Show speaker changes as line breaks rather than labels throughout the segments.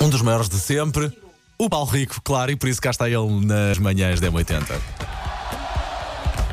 Um dos maiores de sempre, o Paulo Rico, claro, e por isso cá está ele nas manhãs da M80.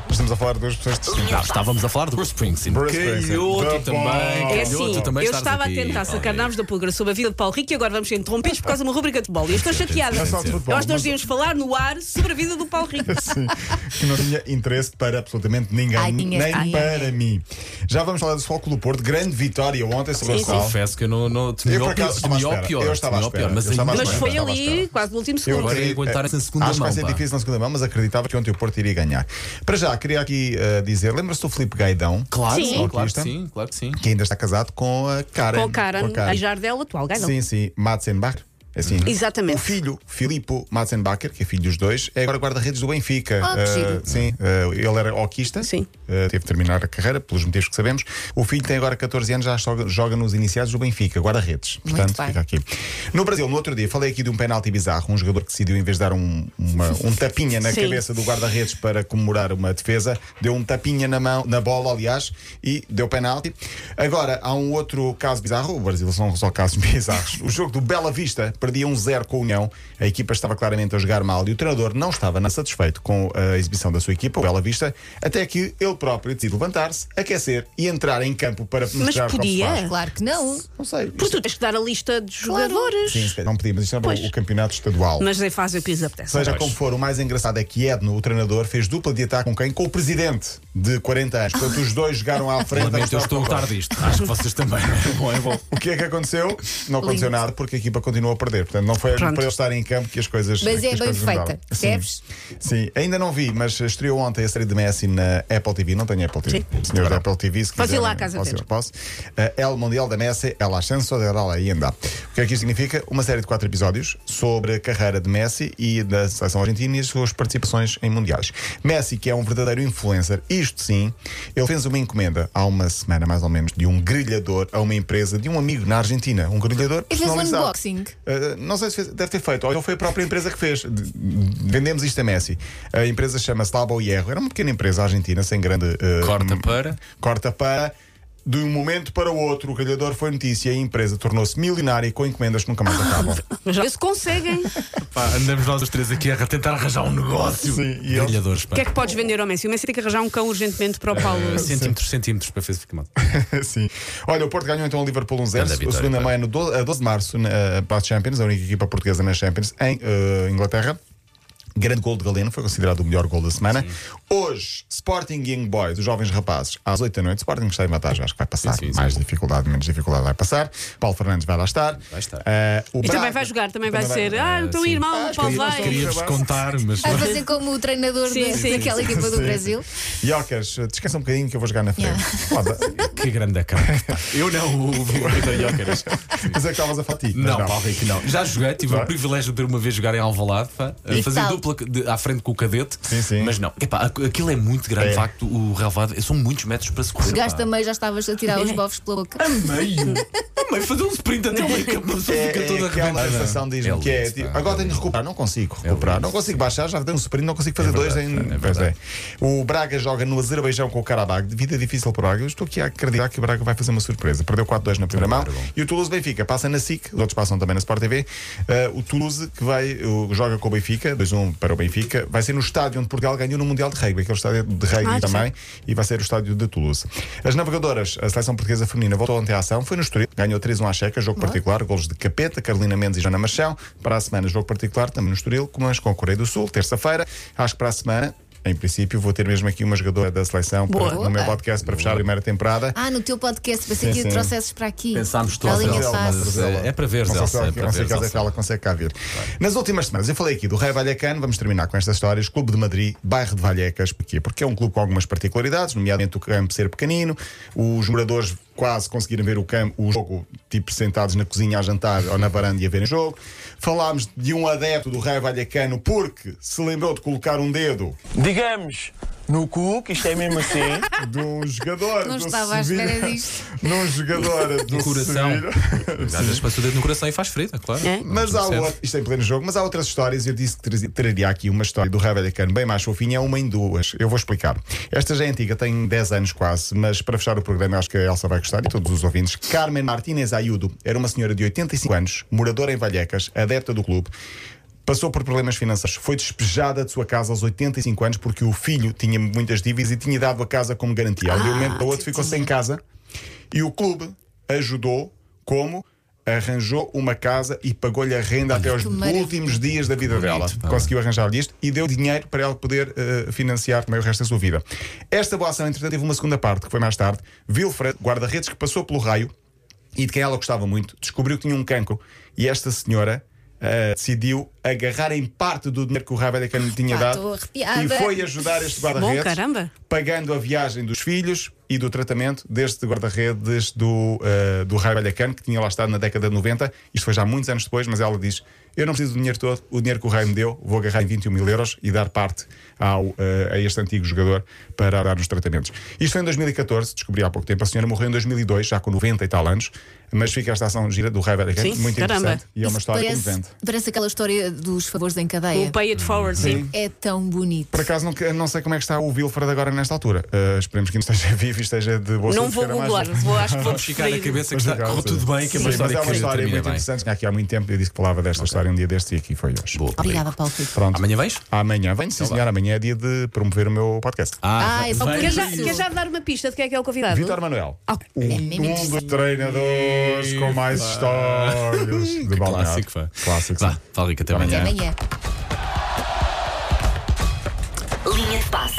Estamos a falar de duas pessoas distintas.
Não, estávamos a falar do Bruce Springsteen.
Bruce Springsteen.
Calhou
Da
tu também.
bola.
calhou
É
tu
assim,
também
eu
estares
estava
aqui,
a tentar
Paulo
sacarmos da pulga sobre a vida de Paulo Rico e agora vamos ser interrompidos por causa de uma rubrica de bola. E eu estou chateada.
Não é só de futebol, mas-
Nós nós íamos falar no ar sobre a vida do Paulo Rico.
Sim, que não tinha interesse para absolutamente ninguém,
Ai, tinha-
nem
ai,
para
ai, ai.
mim. Já vamos falar do Foco do Porto, grande vitória ontem sobre
Sim,
o
Rico.
Sal.
Confesso que eu não, não tinha
Eu, por
o pior,
acaso, estava à
tinha o
espera.
pior,
Eu estava à
tinha o pior,
espera.
mas
Eu estava à
ainda
Mas
espera.
foi
estava à
ali,
espera.
quase no último
Eu
segundo.
Agora é
acredito-
aguentar essa segunda
Acho que vai
mão,
ser
pá.
difícil na segunda mão, mas acreditava que ontem o Porto iria ganhar. Para já, queria aqui eh, dizer: lembra-se do Felipe Gaidão?
Claro,
Sim.
sim, claro que
Autista.
sim, claro que sim.
Que ainda está casado com a Karen.
Com o Karen, a Jardel, atual ganhou.
Sim, sim. Matzenbach. Assim.
Exatamente.
O filho, Filippo Matzenbacher, que é filho dos dois, é agora guarda-redes do Benfica.
Ah, que
Eh,
giro.
sim, eh, ele era hoquista.
Sim.
Eh, teve de terminar a carreira, pelos motivos que sabemos. O filho tem agora 14 anos, já joga, joga nos iniciados do Benfica, guarda-redes. Portanto,
bem.
fica aqui. No Brasil, no outro dia, falei aqui de um penalti bizarro. Um jogador que decidiu, em vez de dar um, uma- um tapinha na
Sim.
cabeça do guarda-redes para comemorar uma defesa, deu um tapinha na mão, na bola, aliás, e deu penalti. Agora, há um outro caso bizarro. O Brasil são só casos bizarros. O jogo do Bela Vista perdia um zero com a União. A equipa estava claramente a jogar mal e o treinador não estava nada satisfeito com a exibição da sua equipa, o Bela Vista, até que ele próprio decide levantar-se, aquecer e entrar em campo para mostrar como se
podia?
faz.
Claro que não.
Não sei. isto-
Porque tu tens que dar a lista de
Claro.
jogadores.
Sim, se calhar não podíamos. Isto era
Pois.
o campeonato estadual.
Mas em fazem o que lhes apetece.
Seja como for, o mais engraçado é que Edno, o treinador, fez dupla de ataque com quem? Com o presidente de 40 anos. Portanto, os dois jogaram à frente. a
Lamento, eu
mostrar
estou a
o
gostar disto. Acho que vocês também. É bom, é bom.
O que é que aconteceu? Não aconteceu nada porque a equipa continuou a perder. Portanto, não foi
Pronto.
para eles estarem em campo que as coisas.
Mas
que
é
as
bem
coisas
feita,
mudaram.
percebes?
Sim, ainda não vi, mas estreou ontem a série de Messi na Apple TV. Não tenho Apple TV.
Sim.
Senhores da Apple TV, se
Posso ir
quiserem,
lá à casa
posso
deles.
ir, posso. Eh, El Mundial da Messi, El Ascenso de Real ainda. O que é que isto significa? Uma série de quatro episódios sobre a carreira de Messi e da seleção argentina e as suas participações em mundiais. Messi, que é um verdadeiro influencer, isto sim, ele fez uma encomenda há uma semana, mais ou menos, de um grelhador a uma empresa de um amigo na Argentina. Um grelhador
Ele fez um
personalizado.
unboxing.
Uh, não sei se fez- deve ter feito, ou então foi a própria empresa que fez. De- Vendemos isto a Messi. A empresa chama-se Labo Hierro. Era uma pequena empresa argentina, sem grande. uh,
Corta
hum,
para.
Corta para. De um momento para o outro, o calhador foi notícia e a empresa tornou-se milionária com encomendas que nunca mais acabam.
Mas eles conseguem. O
Pá, andamos nós os três aqui a tentar arranjar um negócio.
Sim, e eles-
Brilhadores, pá.
que é que podes vender ao Messi? O Messi tem que arranjar um cão urgentemente para o Paulo.
Eh, Centímetros, centímetros para fazer ficar mal.
Sim. Olha, o Porto ganhou então o Liverpool 1-0.
Ah, Grande
A
vitória,
segunda
pá.
meia no 12, a 12 de março na, eh, para a Champions, a única equipa portuguesa na Champions em eh, Inglaterra. Grande gol de Galeno, foi considerado o melhor gol da semana. Hoje, Sporting Young Boys, os jovens rapazes, às 8 da noite. Sporting está em vantagem, acho que vai passar.
Sim, sim, sim.
Mais dificuldade, menos dificuldade vai passar. Paulo Fernandes vai lá estar.
Vai estar.
Eh, o
E também
Braga-
vai jogar, também vai
Também
ser. Ah, então
sim.
ir mal,
Ah,
o Paulo
queria-
vai.
queria-
Queria-vos contar, mas.
Vai fazer é como o treinador
Sim,
da-
sim.
daquela equipa do
Sim.
Brasil.
Jokers, descansa um bocadinho que eu vou jogar na frente. Foda.
Que grande é cara. Eu não, o Vitor Jóqueres.
Mas é que estavas a fatiga.
Não, Paulo Rico, não. Já joguei, tive
Vai.
o privilégio de ter uma vez jogar em Alvalade, pá,
E
fazer
tal?
dupla de- à frente com o cadete.
Sim, sim.
Mas não, epá, aqu- aquilo é muito grande,
É.
de facto, o relvado, são muitos metros para se correr.
Chegaste
pá.
também, já estavas a tirar os bofos pela boca.
meio. A meio, fazer um sprint até o meio campo, a pessoa
É,
fica toda
é aquela
arrebentada.
sensação diz que é
lindo,
tipo,
pá,
agora
é
tenho de
lindo.
recuperar, não consigo recuperar, não
lindo,
consigo baixar, já tenho um sprint, não consigo fazer dois
verdade,
em.
é
Pois
verdade.
é. O Braga joga no Azerbaijão com o Karabakh, de vida difícil para o Braga. Eu estou aqui a acreditar que o Braga vai fazer uma surpresa. Perdeu 4-2 na primeira mão.
Claro, bom.
E o Toulouse Benfica passa na SIC, os outros passam também na Sport TV. Eh, o Toulouse que vai, o- joga com o Benfica, 2-1 para o Benfica, vai ser no estádio onde Portugal ganhou no Mundial de Rugby, aquele estádio de rugby
Ah,
também, e vai ser o estádio de Toulouse. As navegadoras, a seleção portuguesa feminina voltou ontem à ação, foi no Estoril, ganhou 3-1 à Checa, jogo particular, golos de Capeta, Carolina Mendes e Joana Machão. Para a semana, jogo particular também no Estoril, mas com a Coreia do Sul, terça-feira. Acho que para a semana. Em princípio, vou ter mesmo aqui uma jogadora da seleção para-
Boa.
no meu podcast para fechar a primeira temporada.
Ah, no teu podcast, pensei
Sim,
que
sim.
o trouxesses para aqui.
Pensámos
A
todos,
linha
Zelma,
fácil.
Zelma. É para ver,
não sei
Zelsa,
se ela-
é para
não sei
ver,
caso é que
Zelsa.
ela consegue cá vir. Nas últimas semanas, eu falei aqui do Rei Vallecano, vamos terminar com estas histórias. Clube de Madrid, bairro de Vallecas, porquê? Porque é um clube com algumas particularidades, nomeadamente o campo ser pequenino, os moradores quase conseguiram ver o campo, o jogo, tipo sentados na cozinha a jantar ou na varanda e a verem o jogo. Falámos de um adepto do Rei Vallecano porque se lembrou de colocar um dedo
digamos, no cu, que isto é mesmo assim.
de um jogador.
Não
do
estava à
Sevilha-
espera disto.
Num jogador do
coração.
Sevilha.
Às vezes passa o dedo no coração e faz ferida, claro.
É?
Mas há
Percebe?
outro, isto é em pleno jogo, mas há outras histórias. Eu disse que trazi- traria aqui uma história do Ravelacano bem mais fofinha, é uma em duas. Eu vou explicar. Esta já é antiga, tem 10 anos quase, mas para fechar o programa, eu acho que a Elsa vai gostar e todos os ouvintes. Carmen Martínez Ayudo era uma senhora de 85 anos, moradora em Valhecas, adepta do clube. Passou por problemas financeiros. Foi despejada de sua casa aos 85 anos porque o filho tinha muitas dívidas e tinha dado a casa como garantia. de um momento para o outro ficou sem casa e o clube ajudou como arranjou uma casa e pagou-lhe a renda até aos
maravilha.
últimos dias da vida dela.
pá.
Conseguiu arranjar-lhe isto e deu dinheiro para ela poder eh, financiar também o resto da sua vida. Esta boa ação, entretanto, teve uma segunda parte, que foi mais tarde. Wilfred, guarda-redes que passou pelo raio e de quem ela gostava muito, descobriu que tinha um cancro e esta senhora. eh, decidiu agarrar em parte do dinheiro que o Rabedecan lhe tinha
Pá, estou
dado e
arrepiada.
foi ajudar este
Bom,
guarda-redes
caramba.
pagando a viagem dos filhos e do tratamento deste guarda-redes do, eh, do Rai Balhacan, que tinha lá estado na década de 90. Isto foi já muitos anos depois, mas ela diz: Eu não preciso do dinheiro todo, o dinheiro que o Rai me deu, vou agarrar em 21 mil euros e dar parte ao, eh, a este antigo jogador para dar os tratamentos. Isto foi em 2014, descobri há pouco tempo. A senhora morreu em 2002, já com 90 e tal anos, mas fica esta ação gira do Rai Balhacan,
Sim,
muito
caramba.
interessante e é uma
Isso
história
parece,
comovente.
parece aquela história dos favores em
O
cadeia.
pay it forward, sim.
É tão bonito.
Por acaso, não, que- não sei como é que está o Wilfred agora nesta altura. Eh, esperemos que ainda esteja vivo e esteja de boa
Não
saúde,
vou
que era mais um.
googlar, vou, acho que vou
Vamos ficar na
preferir.
cabeça que
Mas
está,
legal,
correu
sim.
tudo bem, que é uma
Sim,
história
mas é uma
que
história muito
termina bem.
interessante. Aqui há muito tempo eu disse que falava desta história um dia deste e aqui foi hoje.
Boa,
Obrigada, Paulo Rico.
Pronto.
Amanhã Então vais?
Amanhã, venho, sim, senhora. Amanhã é dia de promover o meu podcast.
Ah, é só
vem.
por
Quer já,
isso.
quer já dar uma pista de quem é que é o
Tá
convidado?
Vítor Manuel,
Ah,
o-
é mesmo
um dos
interessante.
treinadores com mais histórias de
Que
balneário.
clássico, pá.
Clássico, sim.
Vá, Paulo Rico, até
Até
amanhã.
Até amanhã.